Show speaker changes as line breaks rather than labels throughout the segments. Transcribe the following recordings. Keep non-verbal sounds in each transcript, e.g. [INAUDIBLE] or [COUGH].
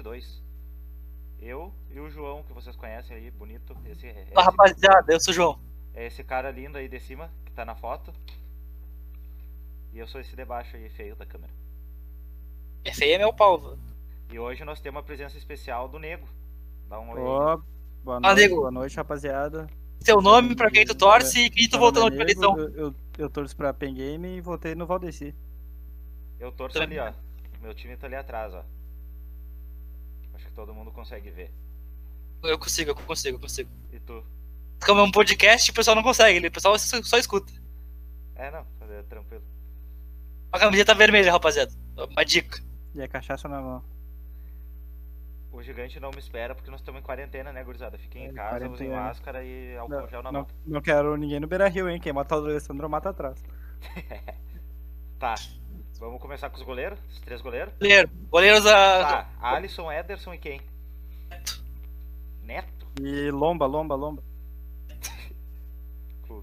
22. Eu e o João, que vocês conhecem aí, bonito. Esse, é esse,
Fala, rapaziada, eu sou o João.
é esse cara lindo aí de cima, que tá na foto. E eu sou esse de baixo aí, feio da câmera.
Esse aí é meu pau. velho.
E hoje nós temos a presença especial do Nego. Dá um oi.
Ó, boa
Ah,
noite,
nego.
boa noite, rapaziada.
Seu nome, pra quem tu torce e quem tu
Meu
voltou na
nome
última
é Nego,
eleição.
Eu, eu, eu torço pra Pen Game e votei no Valdeci.
Eu torço
Tá.
ali, ó. Meu time tá ali atrás, ó. Acho que todo mundo consegue ver.
Eu consigo, eu consigo, eu consigo.
E tu?
Como é um podcast, o pessoal não consegue, ele- o pessoal só só escuta.
É, não, é tranquilo.
A camiseta vermelha, rapaziada. Uma dica.
E a cachaça na mão.
O gigante não me espera porque nós estamos em quarentena, né, gurizada? Fiquem em
É,
casa, usem
quarentena.
máscara e álcool
Não,
gel na
não,
mão.
não quero ninguém no Beira Rio, hein? Quem mata o Alessandro mata atrás.
Tá. Vamos começar com os goleiros? Os três goleiros?
Goleiro. Goleiros ah, a.
Tá. Alisson, Ederson e quem?
Neto.
Neto?
E lomba, lomba, lomba.
O-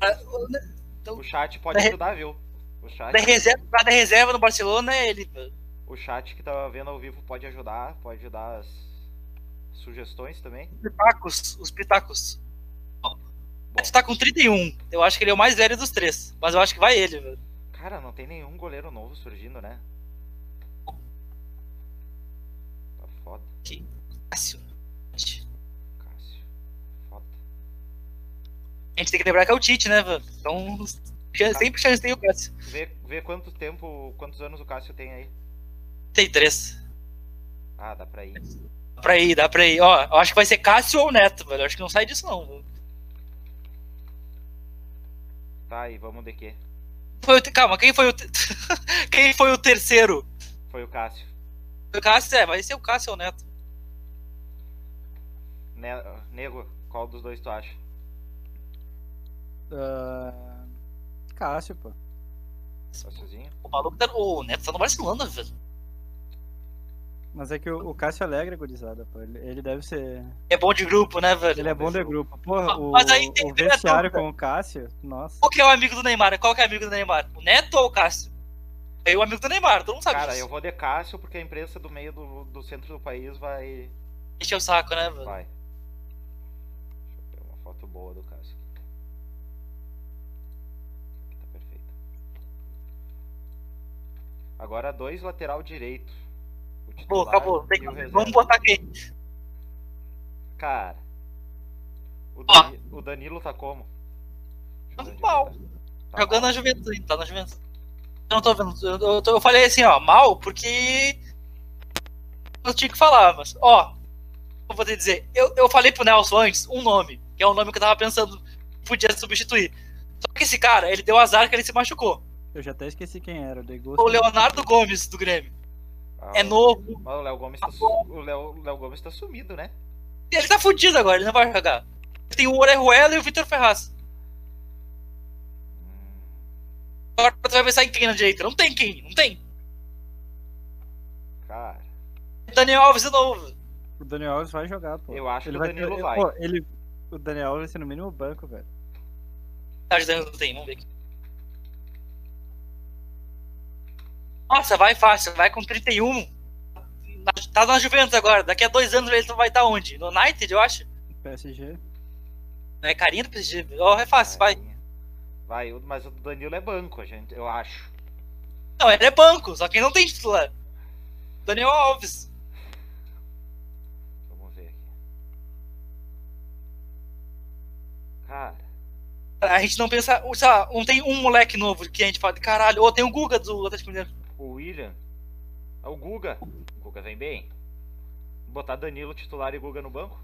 Então,
O chat pode ajudar, viu? O chat,
da reserva, pra dar reserva no Barcelona é ele. velho.
o chat que tá vendo ao vivo pode ajudar, pode dar as sugestões também.
Os pitacos. Os pitacos. Ó, o
Bom.
Neto tá com 31. Eu acho que ele é o mais velho dos três. Mas eu acho que vai ele, velho.
Cara, não tem nenhum goleiro novo surgindo, né? Tá foda,
Cássio.
Cássio. Foda.
A gente tem que lembrar que é o Tite, né, velho? Então, chan- sempre chance tem o Cássio.
Vê, vê quanto tempo, quantos anos o Cássio tem aí.
Tem três.
Ah, dá pra ir.
Dá pra ir, dá pra ir. Ó, eu acho que vai ser Cássio ou Neto, velho. Eu acho que não sai disso, não.
Tá, e vamos de quê?
Foi o te- Calma, quem foi o. te- [LAUGHS] quem foi o terceiro?
Foi o Cássio.
O Cássio, é, vai ser o Cássio ou o Neto.
Ne- Nego, qual dos dois tu acha?
Ah, Cássio, pô.
Cássiozinho?
O maluco tá. O Neto tá no Barcelona, velho.
Mas é que o, o Cássio é alegre, gurizada, pô. Ele, ele deve ser.
É bom de grupo, né, velho?
Ele é bom de grupo.
Ah,
Porra, o,
Mas aí tem
o
que ver a
vestiário
dúvida.
com o Cássio, nossa.
Qual que é o amigo do Neymar? Qual que é o amigo do Neymar? O Neto ou o Cássio? É o amigo do Neymar, todo mundo
Tá,
sabe
Cara,
disso.
eu vou de Cássio porque a imprensa do meio do, do centro do país vai.
Encheu o saco, né, velho?
Vai. Deixa eu ver uma foto boa do Cássio aqui. Aqui tá perfeito. Agora dois lateral direito. O
Acabou,
titular
acabou. Tem
e
que-
o reserva.
Vamos botar quem?
Cara. O,
Ó.
Dani- o Danilo tá como? Deixa eu ver onde
Mal.
ele Tá Tá
Jogando
mal.
na Juventude, ainda, tá na Juventude. Eu não tô vendo. Eu, eu tô- eu falei assim, ó, mal, porque. Eu tinha que falar, mas, ó. Eu vou te dizer, eu, eu falei pro Nelson antes um nome, que é um nome que eu tava pensando que podia substituir. Só que esse cara, ele deu azar que ele se machucou.
Eu já até esqueci quem era, o Degusto.
O Leonardo Gomes do Grêmio.
Ah,
É novo.
Mas o Léo Gomes tá, su- o Léo, o Léo Gomes tá sumido, né?
Ele tá fudido agora, ele não vai jogar. Tem o Orejuela e o Vitor Ferraz. Agora tu vai pensar em quem na direita? Não tem quem, não tem.
Cara,
Daniel Alves de novo.
O Daniel Alves vai jogar, pô.
eu acho
Ele
que o
vai,
Danilo
ele-
vai.
pô, ele, o Daniel Alves vai ser no mínimo banco, velho.
Tá ajudando não tem, vamos ver aqui. Nossa, vai fácil, vai com 31. Na- Tá na Juventus agora, daqui a dois anos ele vai estar onde? No United, eu acho?
PSG.
É carinho do PSG. Ó, é fácil, vai.
Carinha. Vai, o- mas o Danilo é banco, a gente, eu acho.
Não, ele é banco, só que ele não tem titular. Daniel Alves.
Vamos ver aqui. Cara,
A gente não pensa, ou, sei lá, não tem um moleque novo que a gente fala, caralho, ou tem o Guga do Atlético Mineiro.
o William. Ah, O Guga. O Guga vem bem. Botar Danilo titular e Guga no banco?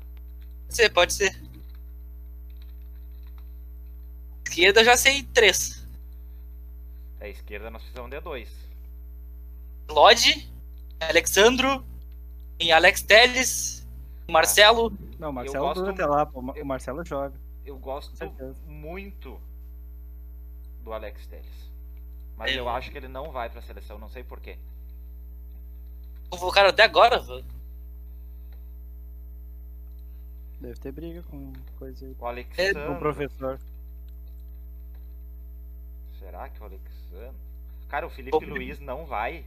Pode ser, pode ser. Esquerda eu já sei três.
É, esquerda nós precisamos de dois.
Lodge, Alexandro, tem Alex Telles, Marcelo.
Não, o
Eu
Marcelo
gosto
dura
mu-
até lá, pô. O
eu-
Marcelo joga,
Eu
com
gosto
certeza.
muito do Alex Telles. Mas
É.
eu acho que ele não vai pra seleção, não sei porquê.
Convocaram até agora, velho.
Deve ter briga com coisa aí.
O
Com o
Alexandre.
professor.
será que o Alexandre? Cara, o Felipe
Bom.
Luiz não vai.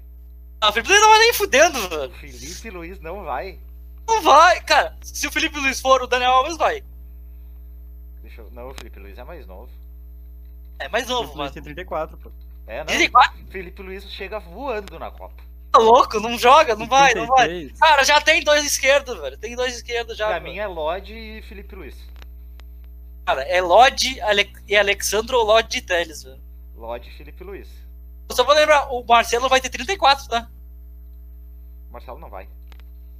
Ah, o Felipe Luiz não vai nem fudendo, velho.
O Felipe Luiz não vai.
Não vai, cara. Se o Felipe Luiz for, o Daniel Alves vai.
Deixa eu... Não, o Felipe Luiz é mais novo.
É mais novo, mano.
Tem 34, pô.
É, não.
34
Felipe Luiz chega voando na Copa.
tá louco, não joga, não vai, não vai.
33.
Cara, já tem dois esquerdos, velho. Tem dois esquerdos já.
pra
mano.
mim é Lodge e Felipe Luiz.
Cara, é Lodge Ale- e Alexandro ou Lodge e Teles, velho.
Lodge e Felipe Luiz.
Eu só vou lembrar, o Marcelo vai ter 34, tá?
Marcelo não vai.
O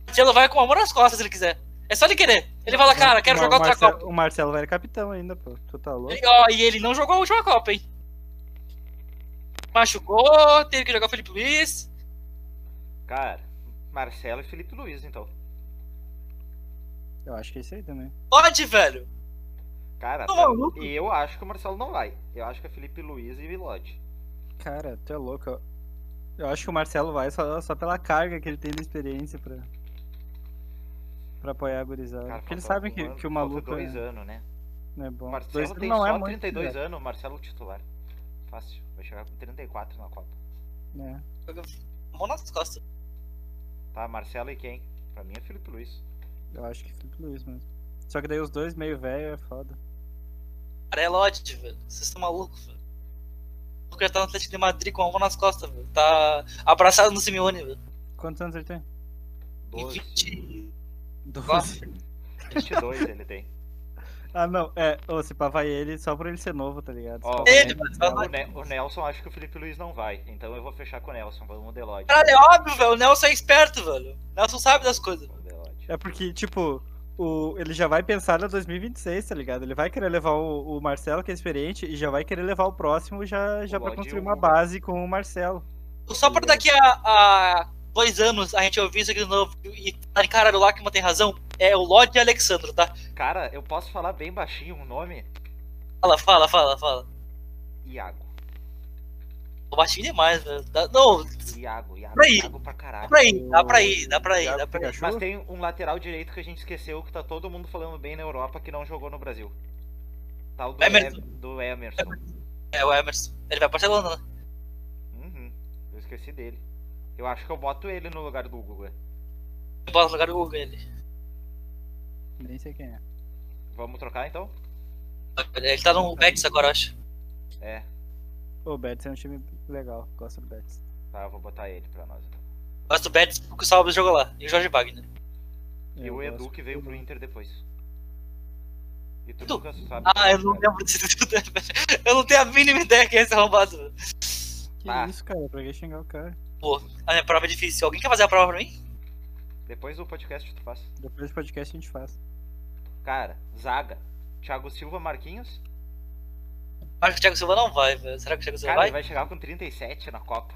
Marcelo vai com o amor nas costas se ele quiser. É só ele querer. Ele
Ah,
fala, cara, quero
Mar-
jogar outra
Marcelo-
Copa.
O Marcelo vai era capitão ainda, pô. Tu tá louco?
Ele- ó, e ele não jogou a última Copa, hein? Machucou, teve que jogar o Felipe Luiz.
Cara, Marcelo e Felipe Luiz, então.
Eu acho que é isso aí também.
Lodge, velho.
Cara,
Tá
pra-
maluco?
eu acho que o Marcelo não vai. Eu acho que é Felipe Luiz e Lodge.
Cara, tu é louco. ó. Eu acho que o Marcelo vai só, só pela carga que ele tem de experiência pra, pra apoiar a gurizada.
Cara,
É, Porque eles
falta
sabem
um
que,
ano,
que o
falta
maluco
dois
é,
anos, né?
não é bom.
O Marcelo
Dois
tem
não
só
é muito,
32 anos, o Marcelo titular. Fácil, vai chegar com 34 na Copa.
né?
Mão nas costas.
Tá, Marcelo e quem? Pra mim é Felipe Luiz.
É, eu acho que Felipe Luiz mesmo. Só que daí os dois meio velho é foda.
Cara, é Lodge, velho. Vocês estão malucos, velho. O cara tá no Atlético de Madrid com a mão nas costas, velho. Tá abraçado no Simeone, velho.
Quantos anos ele tem?
12,
20.
Doze.
22 ele tem.
Ah, não. É, ô, se pá, vai ele só por ele ser novo, tá ligado? Se
Ó,
pá, vai
Ele,
ele.
mano.
O, Ne- o Nelson acho que o Felipe Luiz não vai, então eu vou fechar com o Nelson, vamos no Deloitte.
Caralho, é óbvio, velho. O Nelson é esperto, velho. O Nelson sabe das coisas.
Vamos no Deloitte.
É porque, tipo, o, ele já vai pensar no 2026, tá ligado? Ele vai querer levar o, o Marcelo, que é experiente, e já vai querer levar o próximo já, já pra
Lodi
construir
um.
uma base com o Marcelo.
Só pra daqui a, a dois anos a gente ouvir isso aqui de novo e falar, caralho, o Lachman tem razão. É o Lodge e Alexandro, tá?
Cara, eu posso falar bem baixinho um nome?
Fala, fala, fala, fala.
Iago.
Tô baixinho demais, velho. Dá- Não,
Iago, Iago,
Pra ir.
Iago pra
dá
caralho.
pra ir, dá pra ir, dá pra ir,
Thiago
dá pra ir.
Pikachu?
Mas tem um lateral direito que a gente esqueceu que tá todo mundo falando bem na Europa que não jogou no Brasil. Tal do
Emerson.
Emerson. do Emerson.
É o Emerson. Ele vai pra Barcelona, né?
Uhum. Eu esqueci dele. Eu acho que eu boto ele no lugar do Guga.
Bota no lugar do Google ele.
Nem sei quem é.
Vamos trocar então?
Ele tá no Betis agora, eu acho.
É.
Ô, O Betis é um time legal, gosto do Betis.
Tá, eu vou botar ele pra nós então.
Gosto do Betis porque o Salves jogou lá. E o Jorge Wagner.
E o
gosto.
Edu que veio pro Inter depois. E tu
Edu.
nunca sabe. é.
Ah, eu não
cara.
lembro disso. [LAUGHS] Eu não tenho a mínima ideia quem é esse arrombado, velho.
Que
Ah.
isso, cara? Pra que xingar o cara?
A minha prova é difícil. Alguém quer fazer a prova pra mim?
Depois do podcast tu faz.
Depois do podcast a gente faz.
Cara, zaga. Thiago Silva Marquinhos.
Acho que o Thiago Silva não vai, velho. Será que o Thiago Silva
Cara,
vai?
ele vai chegar com 37 na Copa.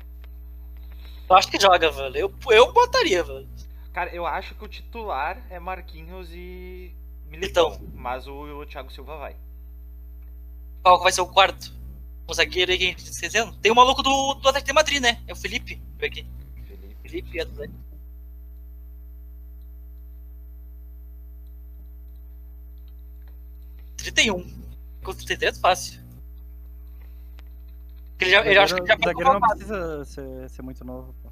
Eu acho que joga, velho. Eu, eu botaria, velho.
Cara, eu acho que o titular é Marquinhos e Militão. Mas o, o Thiago Silva vai.
Qual vai ser o quarto? O zagueiro aí que a gente tá esquecendo? Tem o maluco do, do Atlético de Madrid, né? É o Felipe. Deixa eu ver aqui.
Felipe.
Felipe é do Atlético. um. Com 33 fácil. Ele já, ele acho que ele já
O
foi
zagueiro não
convocado.
precisa ser, ser muito novo, pô.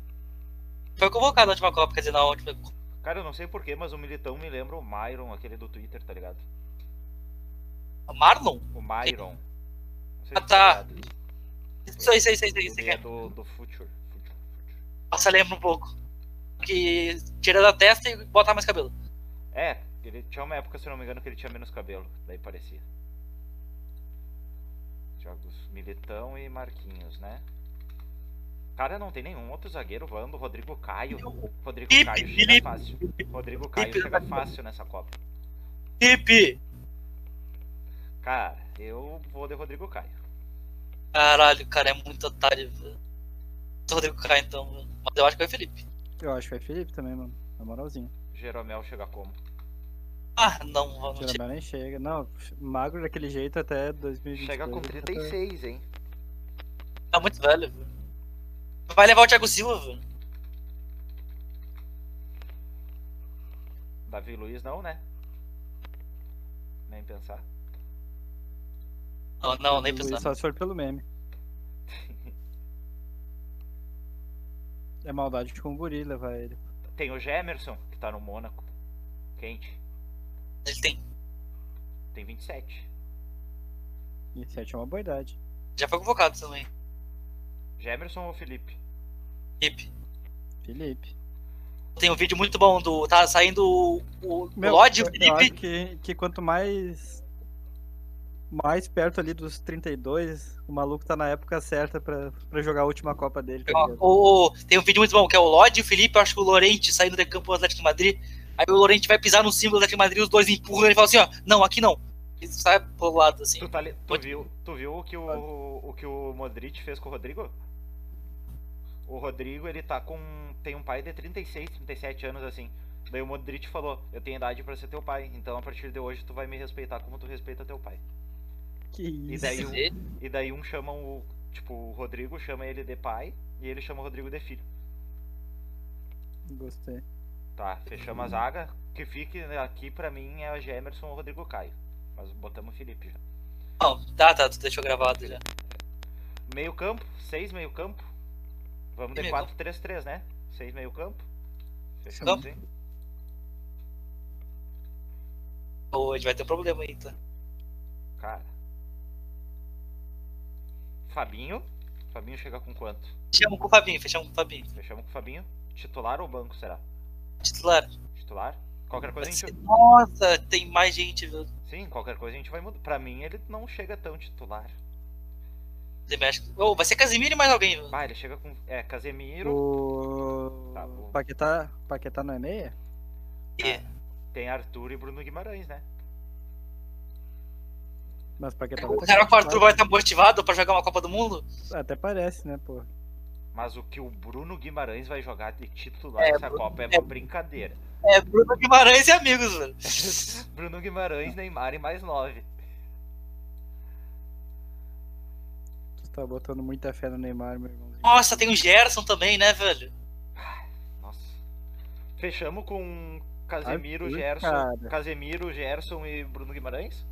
Foi convocado na última Copa, quer dizer, na última.
Cara, eu não sei porquê, mas o Militão me lembra o Myron, aquele do Twitter, tá ligado?
Marlon?
O Myron. Não sei
Ah,
se tá
tá.
ligado.
Isso aí, isso aí, isso aí, isso aí.
Ele é do, do Future. Future, Future.
Nossa, lembra um pouco. Que tira da testa e botar mais cabelo.
É, ele tinha uma época, se eu não me engano, que ele tinha menos cabelo. Daí parecia. Jogos Militão e Marquinhos, né? Cara, não tem nenhum outro zagueiro voando. Rodrigo Caio. Rodrigo
Então, Felipe,
Caio
Felipe.
chega fácil. Rodrigo Caio
Felipe.
chega fácil nessa Copa.
Felipe!
Cara, eu vou de Rodrigo Caio.
Caralho, o cara é muito otário, velho. Só Rodrigo Caio, então, velho. Mas eu acho que vai Felipe.
Eu acho que é Felipe também, mano. Na moralzinha.
Jeromel chega como?
Ah, não, vou não
Tiramel nem chega. Não, magro daquele jeito até 2022.
Chega com
ele tá-
36, hein?
Tá muito velho, velho. Vai levar o Thiago Silva, velho.
Davi Luiz não, né? Nem pensar.
Ah,
Não, não, nem
Luiz,
pensar.
Só se for
[LAUGHS]
pelo meme. É maldade com o guri levar ele.
Tem o Gemerson, que tá no Mônaco. Quente.
Ele tem.
Tem 27.
27 é uma boa idade.
Já foi convocado também.
Gemerson ou Felipe?
Hip.
Felipe.
Tem um vídeo muito bom do. Tá saindo o, o
Meu,
Lodge e o
eu- eu acho
Felipe.
que, que quanto mais. Mais perto ali dos 32, o maluco tá na época certa pra, pra jogar a última Copa dele. Tá
Ó,
ligado?
o- o- tem um vídeo muito bom que é o Lodge e o Felipe, eu acho que o Lorente saindo do campo do Atlético de Madrid. Aí o Lorente vai pisar no símbolo do Atlético de Madrid, os dois empurram ele fala assim: ó, não, aqui não. Ele sai pro lado assim.
Tu, tá li- tu,
Pode-
viu, tu viu o que o, o que o Modric fez com o Rodrigo? O Rodrigo, ele tá com. Tem um pai de 36, 37 anos assim. Daí o Modric falou: Eu tenho idade pra ser teu pai, então a partir de hoje tu vai me respeitar como tu respeita teu pai.
Que
E
isso.
daí, o- e daí um chama o. Tipo, o Rodrigo chama ele de pai e ele chama o Rodrigo de filho.
Gostei.
Tá, fechamos a zaga. Que fique aqui pra mim é o Gemerson ou o Rodrigo Caio. Mas botamos o Felipe já.
Não, tá, tá, tu deixou gravado já.
Meio campo, seis meio campo. Vamos
E
de
meio
4-3-3, né? Seis meio campo.
Vamos.
Fechamos assim.
Ou a gente vai ter um problema aí, tá?
Cara. Fabinho. Fabinho chega com quanto?
Fechamos com o Fabinho, fechamos com o Fabinho.
Fechamos com o Fabinho. Titular ou banco, será?
Titular.
Titular? Qualquer coisa a gente.
Nossa, tem mais gente, viu?
Sim, qualquer coisa a gente vai mudar. Pra mim ele não chega tão titular.
Do México. Ô, vai ser Casimiro e mais alguém, viu?
Bah, ele chega com. É, Casemiro.
O.
Tá bom.
Paquetá, Paquetá não é meia?
É.
Tem Arthur e Bruno Guimarães, né?
Mas Paquetá vai
O
tá
será que o Arthur
titular.
vai estar motivado pra jogar uma Copa do Mundo?
Até parece, né, pô?
Mas o que o Bruno Guimarães vai jogar de titular
É,
nessa
Bruno-
Copa é
é.
uma brincadeira.
É, Bruno Guimarães e amigos, velho.
Bruno
É.
Guimarães, Neymar e mais nove.
Tu tá botando muita fé no Neymar, meu irmãozinho.
Nossa, tem o Gerson também, né, velho?
Nossa. Fechamos com Casemiro,
Arthur,
Gerson.
Ah, cara.
Casemiro, Gerson e Bruno Guimarães?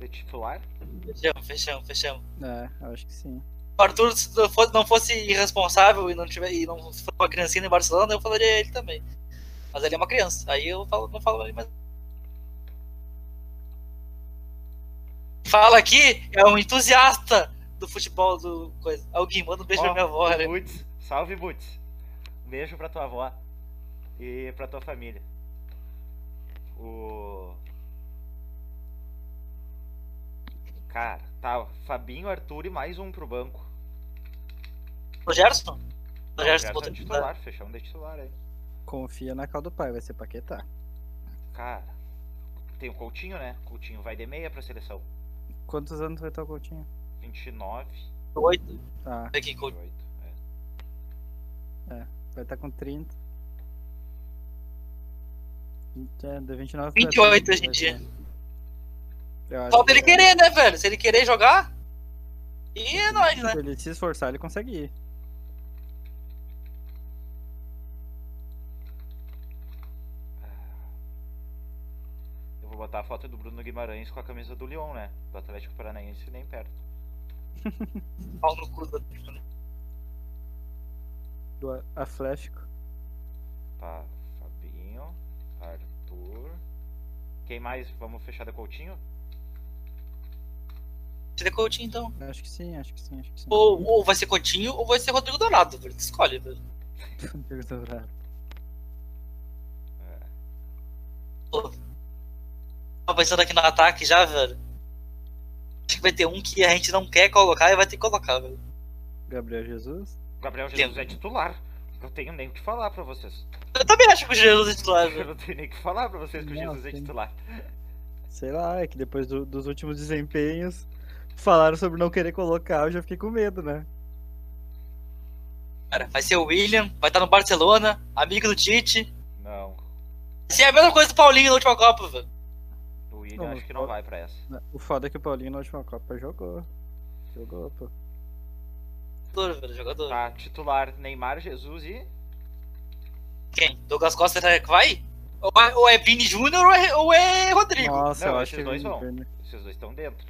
De titular?
Fechamos, fechamos, fechamos.
É, acho que sim.
O Arthur, se não fosse- não fosse irresponsável e não tiver e não fosse uma criancinha em Barcelona, eu falaria ele também. Mas ele é uma criança, aí eu falo, não falo ele mais. Fala aqui, é um entusiasta do futebol do coisa. Alguém manda um beijo pra
Ó,
minha avó, né?
Butz, salve Butz. Um beijo pra tua avó e pra tua família. O. Cara, tá. Fabinho, Arthur e mais um pro banco.
O Gerson? O
Não,
Gerson
é
botou
titular, fechamos de titular aí.
Confia na cal do pai, vai ser Paquetá.
Cara, tem o Coutinho, né? Coutinho vai de meia pra seleção.
Quantos anos vai estar o Coutinho?
29,
Oito.
Tá,
Aqui, com-
28. É.
vai estar com 30. Vinte- É, de 29 pra
28
30,
hoje em
vai
dia.
ser. Eu acho
Falta ele
que-
querer, né, velho? Se ele querer jogar. E é nóis, né?
Se ele se esforçar, ele consegue ir.
Eu vou botar a foto do Bruno Guimarães com a camisa do Lyon, né? Do Atlético Paranaense, nem perto.
Pau no cu do Atlético, né?
Do A- Atlético.
Tá, Fabinho, Arthur. Quem mais? Vamos fechar da Coutinho?
Você tem Coutinho, então.
Acho que sim, acho que sim, acho que [LAUGHS] sim.
Ou, ou vai ser Coutinho ou vai ser Rodrigo Dourado, velho. Tu Escolhe, velho.
Rodrigo Dourado.
Tava pensando aqui no ataque já, velho. Acho que vai ter um que a gente não quer colocar e vai ter que colocar, velho.
Gabriel Jesus.
Gabriel Jesus é titular. Eu tenho nem o que falar pra vocês.
Eu também acho que o Jesus é titular,
Eu
velho.
não tenho nem o que falar pra vocês que o
Não,
Jesus é
sim.
titular.
Sei lá, é que depois do- dos últimos desempenhos, falaram sobre não querer colocar, eu já fiquei com medo, né?
Cara, vai ser o William, vai estar no Barcelona, amigo do Tite.
Não,
Vai ser a mesma coisa do Paulinho na última Copa, velho.
o
Não,
William
mas
acho que não
pode-
vai pra essa.
O foda é que o Paulinho na última Copa jogou. Jogou, pô.
Jogador, velho, jogador.
Tá, titular Neymar, Jesus e.
Quem? Douglas Costa será que vai? Ou é, ou é Vini Júnior ou é, ou é Rodrigo?
Nossa,
Não,
eu
esses
acho que
dois
ele-
vão.
ele-
Esses dois estão dentro.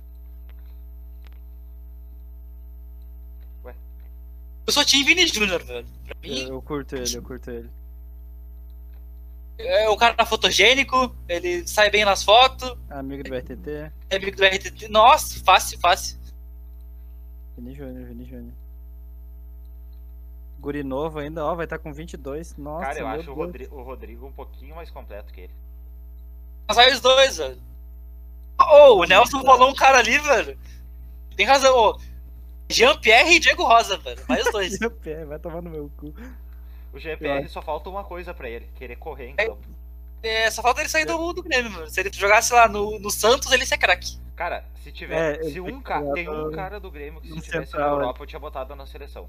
Eu sou time Vini Júnior, né? velho. Pra mim,
Eu, eu curto ele, eu curto ele.
É, o cara fotogênico, ele sai bem nas fotos,
Amigo do BRTT,
é amigo do RTT. Nossa, fácil, fácil.
Vini Júnior, Vini Júnior. Guri novo ainda, ó, vai estar com 22. Nossa,
Cara, eu
meu
acho o
Deus.
Rodrigo, o Rodrigo um pouquinho mais completo que ele.
Mas aí os dois, velho. Ô, o Nelson falou um cara ali, velho. Tem razão, ô. Jean-Pierre e Diego Rosa, velho. Vai os [LAUGHS] dois.
[LAUGHS] Meu pé, vai tomar no meu cu.
O GPR só falta uma coisa pra ele, querer correr em campo.
É, só falta ele sair do, do Grêmio, mano. Se ele jogasse lá no, no Santos, ele ia ser craque.
Cara, se
É,
tiver.
ele
se
tem
um
que
cara.
jogar
Tem um
no-
cara do Grêmio que se
no
tivesse na
central, né?
Europa eu tinha botado na seleção.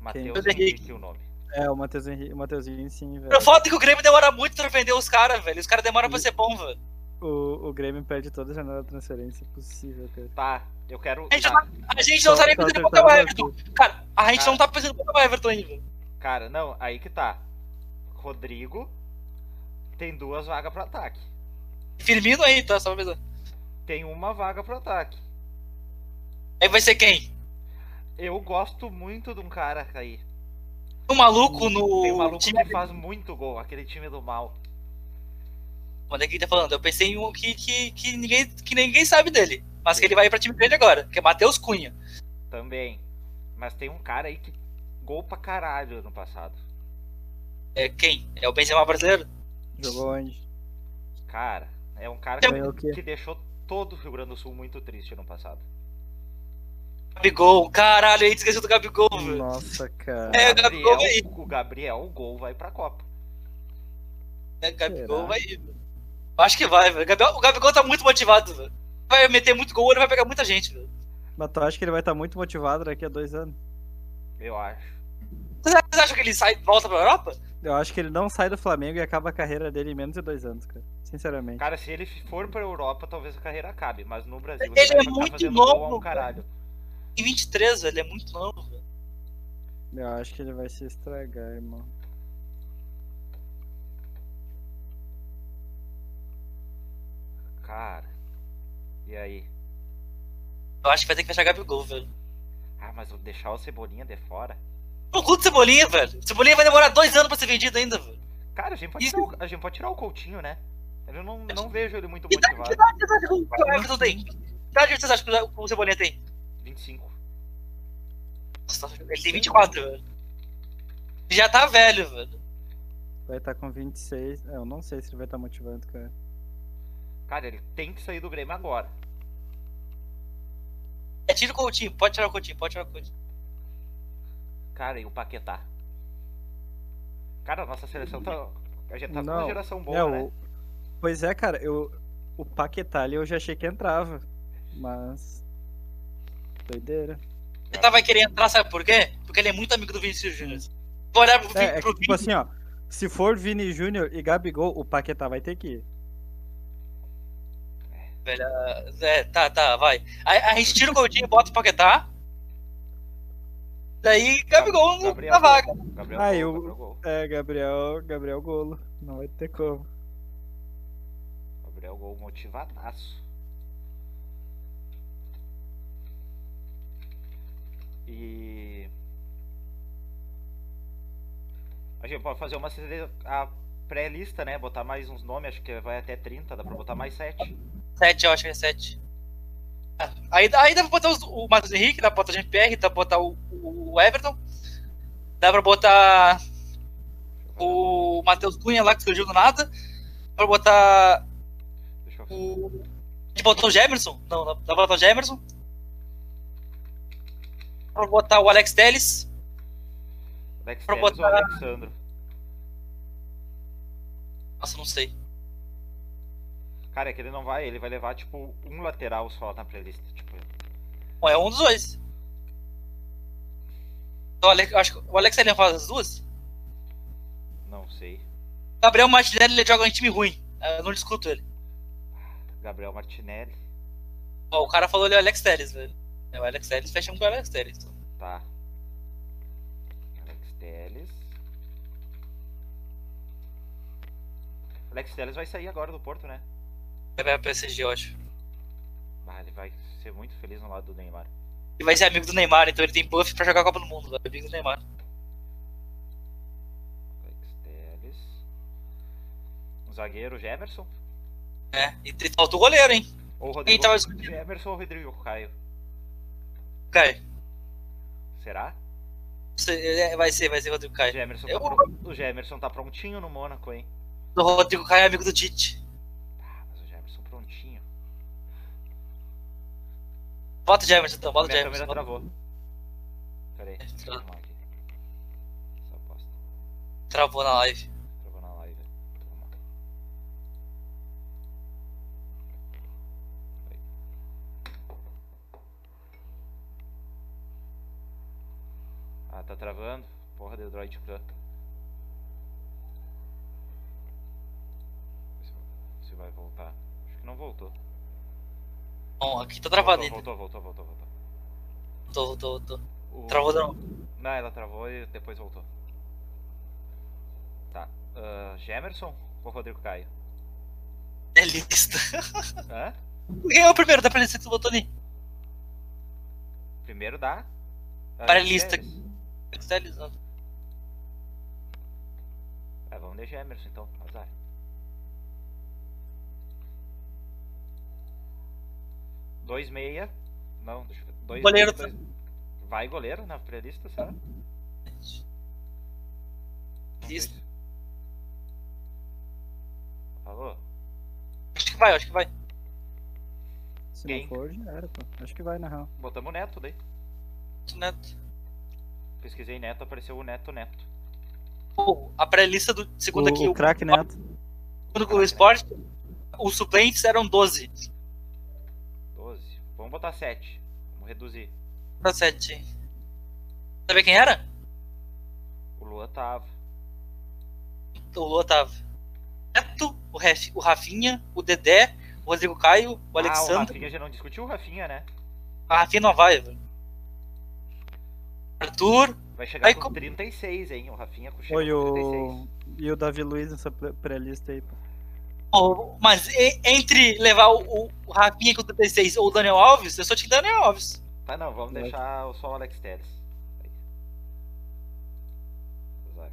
Matheus
Matheus Henrique.
Henrique, o nome.
É, o Matheus Henri- o Matheusinho, sim, velho.
Eu foda é que o Grêmio demora muito pra vender os caras, velho. Os caras demoram pra ser bom, velho.
O, o Grêmio perde toda a janela de transferência possível, cara.
Tá, eu quero.
Ele já
tá,
A gente não
Só-
tá nem
só
pensando em
acertar
botar o
o
Everton. Cara, a gente
Cara.
não tá pensando em botar o Everton ainda, velho.
Cara, não, aí que tá. Rodrigo tem duas vagas pro ataque.
Firmino aí, tá? Só pra avisar.
Tem uma vaga pro ataque.
Aí vai ser quem?
Eu gosto muito de um cara aí.
O maluco no
Tem um maluco
time.
que faz muito gol, aquele time do mal.
Mano, é quem tá falando. Eu pensei em um que, que, que, ninguém, que ninguém sabe dele. Mas que ele vai ir pra time grande agora, que é Matheus Cunha.
Também. Mas tem um cara aí que gol pra caralho ano passado.
É quem? É o Benzema brasileiro?
Jogou onde?
Cara, é um cara
Ganhou o
que,
quê?
que deixou todo o Rio Grande do Sul muito triste ano passado.
Gabigol, caralho, aí esqueceu do Gabigol, velho.
Nossa, cara.
É, o Gabigol
Gabriel,
vai ir.
o Gabriel, o gol vai pra Copa.
É, Gabigol
Será?
vai ir, velho. Eu Acho que vai, velho. Gabriel- O Gabigol tá muito motivado, velho. Vai meter muito gol, ele vai pegar muita gente, velho.
Mas tu acha que ele vai estar muito motivado daqui a dois anos?
Eu acho.
Vocês vocês acham que ele sai e volta pra Europa?
Eu acho que ele não sai do Flamengo e acaba a carreira dele em menos de dois anos, cara. Sinceramente.
Cara, se ele for pra Europa, talvez a carreira acabe. Mas no Brasil
Ele
vai
é
ficar
muito
fazendo gol a
novo,
um caralho.
Tem 23, velho, ele é muito novo, velho.
Eu acho que ele vai se estragar, irmão.
Cara. E aí?
Eu acho que vai ter que fechar Gabigol, velho.
Ah, mas vou deixar o Cebolinha de fora?
No cu do Cebolinha, velho. Cebolinha vai demorar dois anos pra ser vendido ainda, velho.
Cara, a gente pode,
Isso-
tirar o, a gente pode tirar o Coutinho, né? Eu não, não vejo ele muito
Que é idade, que
motivado.
idade vocês acham que o Everton tem? Que idade vocês acham que o- que o Cebolinha tem?
25.
Nossa, ele tem 24, velho. Ele já tá velho, velho.
Vai estar com 26. É, Eu não sei se ele vai estar motivado, cara.
Cara, ele tem que sair do Grêmio agora.
É, tira o Coutinho, pode tirar o Coutinho, pode tirar o Coutinho.
Cara, e o Paquetá? Cara, a nossa seleção tá. A gente tá com uma
Não.
geração boa,
é,
né?
o... Pois é, cara, eu... o Paquetá ali eu já achei que entrava. Mas. Doideira.
Ele tá vai querer entrar, sabe por quê? Porque ele é muito amigo do Vinícius Júnior. Vou olhar pro,
É, é
Vini-
que,
pro
tipo
Vini,
assim, ó. Se for Vini Júnior e Gabigol, o Paquetá vai ter que ir.
velho. É, tá, tá, vai. Aí a gente tira o Coutinho, bota o Paquetá. Daí Gabigol tá no-
Gabriel
na
Gol,
vaga.
Gabriel
Ah,
Gol,
eu-
Gabriel Gol.
É, Gabriel, Gabriel Golo. Não vai ter como.
Gabriel Gol motivadaço. E. A gente pode fazer uma sele- a pré-lista, né? Botar mais uns nomes, acho que vai até 30, dá pra botar mais 7.
7, eu acho que é Ah, 7. Aí, aí dá pra botar os- o Matheus Henrique, dá pra botar o Jean-Pierre, dá pra botar o, o Everton, dá pra botar o Matheus Cunha lá que surgiu do nada, dá pra botar
Deixa eu ver.
o. A gente botou o Gemerson? Não, dá pra botar o Gemerson. Dá pra botar o Alex Telles,
Alex
pra
Telles ou
botar-
Alexandro?
nossa, não sei.
Cara, é que ele não vai, ele vai levar tipo um lateral só na playlist. Tipo,
Bom, é um dos dois. Então, O Alex, acho que o Alex Telles faz as duas?
não sei.
Gabriel Martinelli ele joga em time ruim, eu não discuto ele.
Gabriel Martinelli,
Ó, o cara falou ali o Alex Telles, velho. É, o Alex Telles fecha um com o Alex Telles.
tá. Alex Telles. Alex Telles vai sair agora do Porto, né?
Vai É pra PSG, eu acho.
Ah, ele vai ser muito feliz no lado do Neymar.
Ele vai ser amigo do Neymar, então ele tem buff pra jogar a Copa do Mundo, velho. Amigo do Neymar.
Alex Telles. Um zagueiro Jefferson.
É, e te- falta o goleiro, hein?
Ou Rodrigo
tava
Caio?
escondido?
Jefferson ou Rodrigo Caio?
Caio.
Será?
Você- é, Vai ser, vai ser o Rodrigo Caio.
Jemerson
Eu-
tá pro- O Jemerson tá prontinho no Mônaco, hein?
O Rodrigo Caio é amigo do Tite.
Ah, mas o Jemerson prontinho.
Bota o Jamerson então, bota o
Minha câmera
Jamerson.
travou. Pera aí, deixa eu
Tra-
arrumar aqui. Essa aposta.
Travou na live.
Travou na live. Deixa eu arrumar. Aí. Ah, tá travando. Porra, deu droid clã. Se vai voltar. Acho que não voltou.
Bom, aqui tá travado ainda.
Voltou, voltou, voltou, voltou.
Tô, tô, tô.
voltou. O-
Travou não.
Não, ela travou e depois voltou. Tá. Ah, Jemerson ou Rodrigo Caio?
É lista. [LAUGHS]
Hã?
Quem é o primeiro da playlist que tu botou ali?
Primeiro dá. Ah,
Para a
de
lista.
Jemerson. É, vamos de Jemerson então, azar. Dois meia. Não, deixa eu ver. Dois,
Goleiro
dois- Vai goleiro né, na pré-lista, será? Não
Lista.
sei. Alô?
Acho que vai, acho que vai.
Se
Quem?
não for, já era, pô. Acho que vai, na real.
Botamos o Neto daí.
Neto.
Pesquisei Neto, apareceu o Neto Neto.
Pô, a pré-lista do segundo
O,
aqui,
o
o
craque Neto.
segundo do esporte, os suplentes eram 12
12. Vamos botar 7. Vamos reduzir.
pra 7. Sabe quem era?
O Luan tá tava.
O Lua tava. Neto, o, Ref, o Rafinha, o Dedé, o Rodrigo Caio, o
Ah, o
Alexandre.
Rafinha já não discutiu o Rafinha, né?
A Rafinha não vai, velho. Arthur,
Vai chegar
Aí
com
como-
36, hein? O Rafinha com chega
Oi,
com
o...
36.
E o Davi Luiz nessa pré- pré-lista aí, pô.
Pô, mas e- entre levar o, o- o Rafinha com 36 ou o Daniel Alves, eu só tinha Daniel Alves.
Tá, não, vamos
Vai.
deixar só o Alex Teres. Aí. Azar.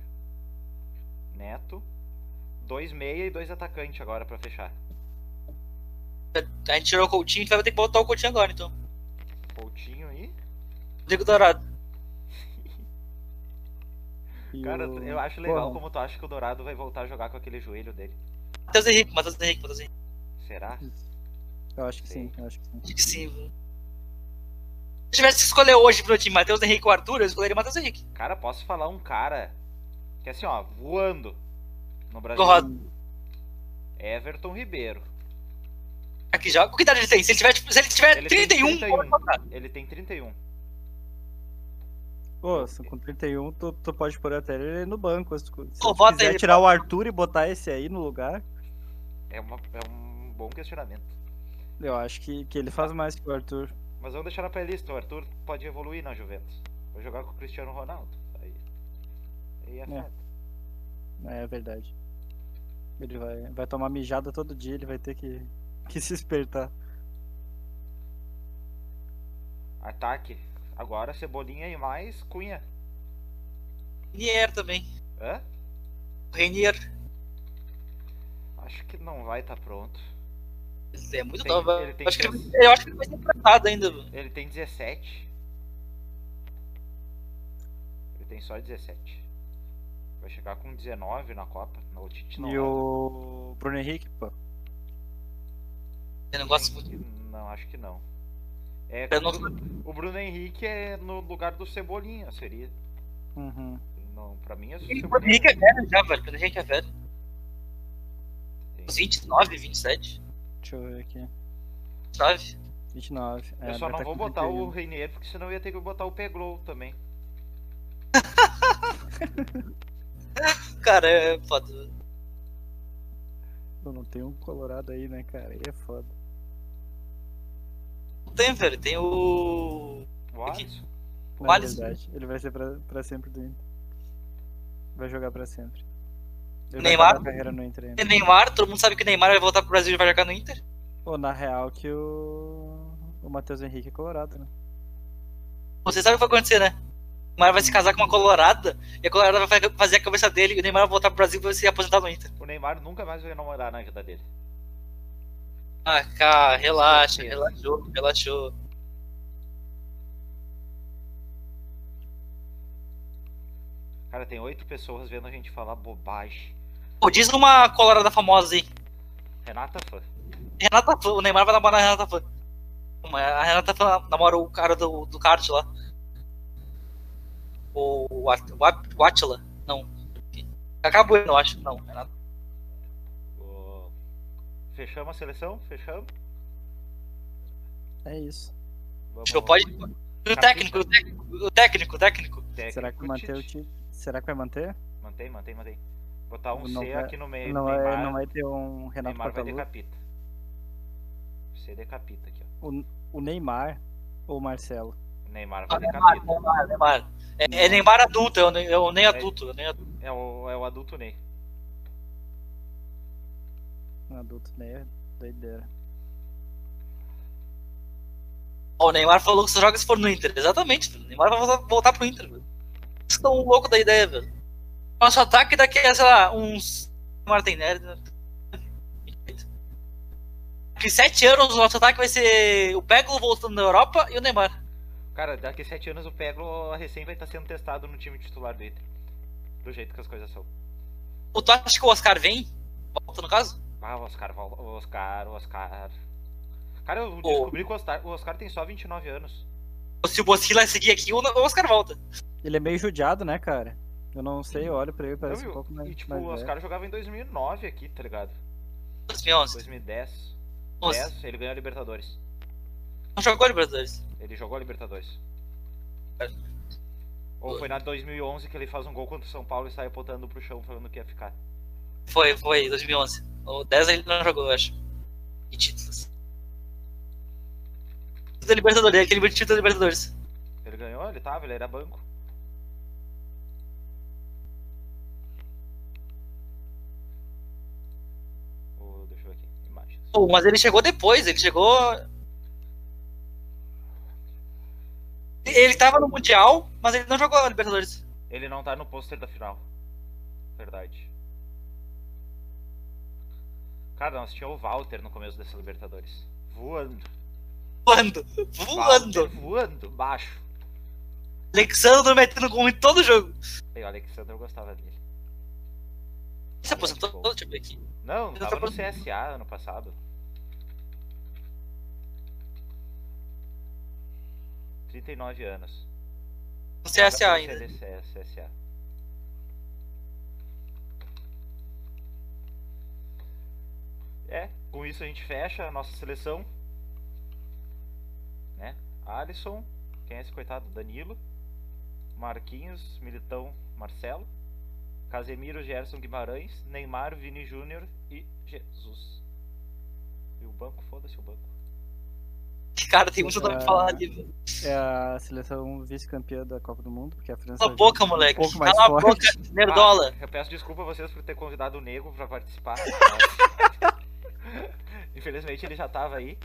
Neto. Dois meia e dois atacantes agora pra fechar.
A gente tirou o Coutinho, a gente vai ter que botar o Coutinho agora, então.
Coutinho e.
Rodrigo Dourado.
E
Cara,
o-
eu acho legal
Porra,
como tu acha que o Dourado vai voltar a jogar com aquele joelho dele.
Matheus Henrique, Matheus Henrique, Matheus Henrique.
Será?
Eu acho que sim, eu acho que sim.
Acho que sim, velho. Se eu tivesse que escolher hoje pro meu time Matheus Henrique ou Arthur, eu escolheria Matheus Henrique.
Cara, posso falar um cara que assim, ó, voando no Brasil.
Conrado,
Everton Ribeiro.
aqui já. Com que idade ele tem? Se ele tiver, tipo, se ele tiver
Ele tem
31,
31.
pode botar.
Ele tem 31.
Pô, se com 31, tu, tu pode pôr até ele no banco. Se tu, se
Pô,
tu
bota
quiser
ele,
tirar o Arthur e botar esse aí no lugar,
É, uma, é um bom questionamento.
eu acho que, que ele faz mais que o Arthur.
Mas vamos deixar na playlist. O Arthur pode evoluir na Juventus. Vou jogar com o Cristiano Ronaldo. Aí. Aí é,
É.
fato.
É, é verdade. Ele vai, vai tomar mijada todo dia, ele vai ter que, que se espertar.
Ataque. Agora Cebolinha e mais Cunha.
Renier também.
Hã?
O Renier.
Acho que não vai estar pronto.
Ele é muito
Tem-
novo.
ele tem
Eu acho que ele,
chance.
vai- eu acho que ele vai ser emprestado ainda, velho.
Ele tem 17. Ele tem só 17. Vai chegar com 19 na Copa. No Tite não é.
e
leva.
o Bruno Henrique, pô.
Eu não gosto muito.
Não, acho que não. É,
Eu
o,
não-
Bruno, o Bruno Henrique é no lugar do Cebolinha, seria.
Uhum.
Não, pra mim é o
O
Cebolinha.
Bruno Henrique é velho já, velho. O Bruno Henrique é velho.
Sim.
Uns 29, 27.
Deixa eu ver aqui.
29.
29. É,
Eu só
vai
não
tá
vou
com
botar o
31.
Reinier, porque senão eu ia ter que botar o Peglow também.
Cara, é foda. velho.
Pô, não tem um colorado aí, né, cara? Aí é foda.
Não tem, velho. Tem o.
O
Aqui.
Alisson.
Na
Alisson.
é verdade, ele vai ser pra, pra sempre do Inter. Vai jogar pra sempre. Ele vai
Neymar?
acabar a carreira no Inter ainda.
Tem Neymar. Todo mundo sabe que o Neymar vai voltar pro Brasil e vai jogar no Inter.
Pô, na real que o. O Matheus Henrique é colorado, né?
Você sabe o que vai acontecer, né? O Neymar vai se casar com uma colorada e a colorada vai fazer a cabeça dele e o Neymar vai voltar pro Brasil pra se aposentar no Inter.
O Neymar nunca mais vai namorar na vida dele.
Ah, cara, relaxa, relaxou, relaxou.
Cara, tem oito pessoas vendo a gente falar bobagem.
Pô, diz uma colorada famosa aí.
Renata fã.
Renata Fã, o Neymar vai namorar a Renata Fã. Uma- A Renata Fã namora o cara do, do kart lá. O, o, At- o, At- o Atila? Não. Acabou, eu acho. Não, Renata.
Ô, Fechamos a seleção? Fechamos?
É isso.
Vamos
Show,
lá.
pode. E O técnico, o técnico, o técnico, o técnico.
Técnico,
Será que manter o time? Será que vai manter?
Mantém, mantém, mantém. Botar um
Não
C
vai-
aqui no meio.
Não,
Neymar,
vai, não vai ter um Renato
Neymar vai
Portaluppi?
decapita. C decapita aqui, ó.
O Neymar ou o Marcelo?
Neymar vai
Ah,
decapita.
Neymar, Neymar. É, é Neymar adulto, eu nem, eu nem adulto. Eu nem adulto.
É o, é o adulto Ney.
Um adulto Ney, doideira.
Ó, o Neymar falou que só joga se for no Inter. Exatamente, filho. o Neymar vai voltar, voltar pro Inter. Velho. Vocês estão loucos da ideia, velho. Nosso ataque daqui a, sei lá, uns. Neymar tem nerd, né? Daqui sete anos o nosso ataque vai ser o Peglo voltando da Europa e o Neymar.
Cara, daqui sete anos o Pego recém vai estar sendo testado no time titular do Inter. Do jeito que as coisas são.
Ou tu acha que o Oscar vem? Volta no caso?
Ah, o Oscar, vol- o Oscar, o Oscar. Cara, eu
Ô.
descobri que o Oscar, o Oscar tem só 29 anos.
Ou se o Bosquila seguir aqui, o o Oscar volta.
Ele é meio judiado, né, cara? Eu não sei, eu olho pra ele, parece
Não, e
um
o-
pouco mais.
e tipo,
mais
o
velho.
Oscar jogava em 2009 aqui, tá ligado?
2011.
2010.
11.
10, ele ganhou a Libertadores.
Não jogou Libertadores.
Ele jogou a Libertadores.
É.
Ou foi na 2011 que ele faz um gol contra o São Paulo e sai apontando pro chão falando que ia ficar.
Foi, foi, 2011. O 10 ele não jogou, eu acho. E títulos. Título Da Libertadores, é aquele título da Libertadores.
Ele ganhou, ele tava, ele era banco. Ô, deixa eu ver aqui, imagens.
Pô, mas ele chegou depois, ele chegou. Ele tava no Mundial, mas ele não jogou a Libertadores.
Ele não tá no pôster da final. Verdade. Cara, nós tinha o Walter no começo dessa Libertadores. Voando.
Voando,
Walter
voando.
voando, baixo.
Alexandre metendo gol em todo jogo.
E o Alexandre eu gostava dele.
Ele se aposentou? Deixa eu ver aqui.
Não,
Ele
tava
tá
no CSA ano passado. 39 anos.
No CSA
Joga pelo
é ainda.
CDC, CSA. É, com isso a gente fecha a nossa seleção. Né? Alisson, quem é esse coitado? Danilo, Marquinhos, Militão, Marcelo, Casemiro, Gerson, Guimarães, Neymar, Vini Júnior e Jesus. E o banco, foda-se o banco.
Cara, tem muito nome pra falar ali. velho.
É a seleção vice-campeã da Copa do Mundo, porque a França.
Cala a boca,
é um
moleque.
pouco mais
Cala a
forte.
boca, nerdola.
Ah, eu peço desculpa a vocês por ter convidado o Nego pra
[LAUGHS]
participar. mas- Infelizmente ele já tava aí.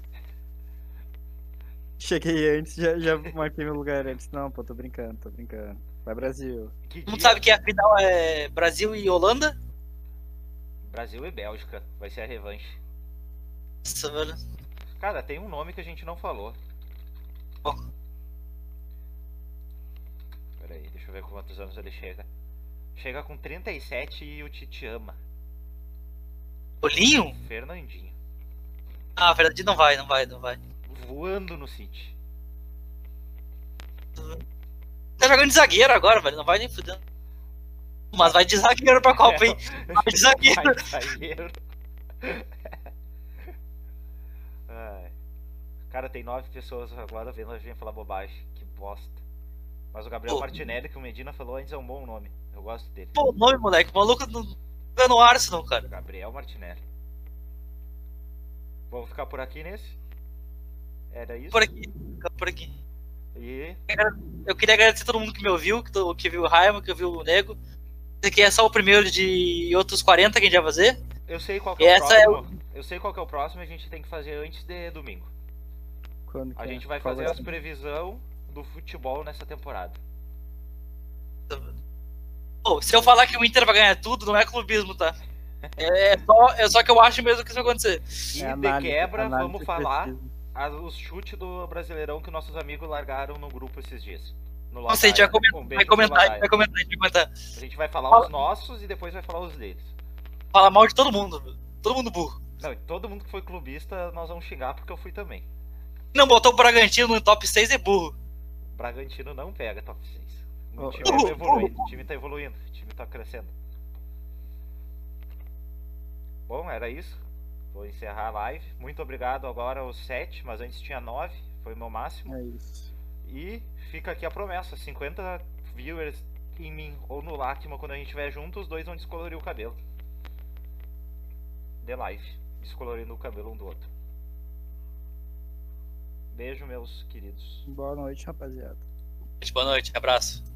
[LAUGHS] Cheguei antes, já, já marquei meu lugar antes. Não, pô, tô brincando, tô brincando. Vai Brasil.
Que dia?
Todo mundo sabe que a final é Brasil e Holanda?
Brasil e Bélgica. Vai ser a revanche.
Nossa, velho.
Cara, tem um nome que a gente não falou.
Ó.
Pera aí, deixa eu ver quantos anos ele chega. Chega com 37 e o Tite ama.
Bolinho?
Fernandinho.
Ah, verdade, não vai, não vai, não vai.
Voando no City.
Tá jogando de zagueiro agora, velho. Não vai nem fudendo. Mas vai de zagueiro pra Copa, hein? Vai de zagueiro.
Vai, zagueiro. [LAUGHS] Ai. Cara, tem nove pessoas agora vendo a gente falar bobagem. Que bosta. Mas o Gabriel
Pô.
Martinelli, que o Medina falou antes, é um bom nome. Eu gosto dele.
Pô, o nome, moleque. O maluco não joga no Arsenal, cara.
Gabriel Martinelli. Vamos ficar por aqui nesse? Era isso?
Por aqui. Fica por aqui.
E
Eu queria agradecer todo mundo que me ouviu, que, to- que viu o Raimon, que viu o Nego. Esse aqui é só o primeiro de outros 40 que a gente vai fazer.
eu sei qual que é o
Essa é
próximo. Eu sei qual que é o próximo, a gente tem que fazer antes de domingo.
Quando
A
que é?
gente vai
Qual
fazer
é?
as previsão do futebol nessa temporada.
Pô, se eu falar que o Inter vai ganhar tudo, não é clubismo, tá? É, é só, é só que eu acho mesmo que isso vai acontecer.
E de
É análise-
quebra,
análise
vamos falar
precisa.
as- os chutes do Brasileirão que nossos amigos largaram no grupo esses dias. No
Não sei, a gente vai
Ladaia.
comentar,
Um beijo
vai
pro
comentar,
Ladaia.
vai comentar, a gente vai comentar.
A gente vai falar
Fala.
os nossos e depois vai falar os deles.
Falar mal de todo mundo, todo mundo burro.
Não, e todo mundo que foi clubista, nós vamos xingar porque eu fui também.
Não botou o Bragantino no top 6 é burro.
Bragantino não pega top 6.
Ô,
O time
ô,
tá evoluindo, o time tá evoluindo, o time tá crescendo. Bom, era isso. Vou encerrar a live. Muito obrigado agora aos 7, mas antes tinha 9, foi o meu máximo.
É isso.
E fica aqui a promessa: 50 viewers em mim ou no Lacma, quando a gente estiver junto, os dois vão descolorir o cabelo. The Life. Descolorindo o cabelo um do outro. Beijo, meus queridos.
Boa noite, rapaziada.
Gente, boa noite, abraço.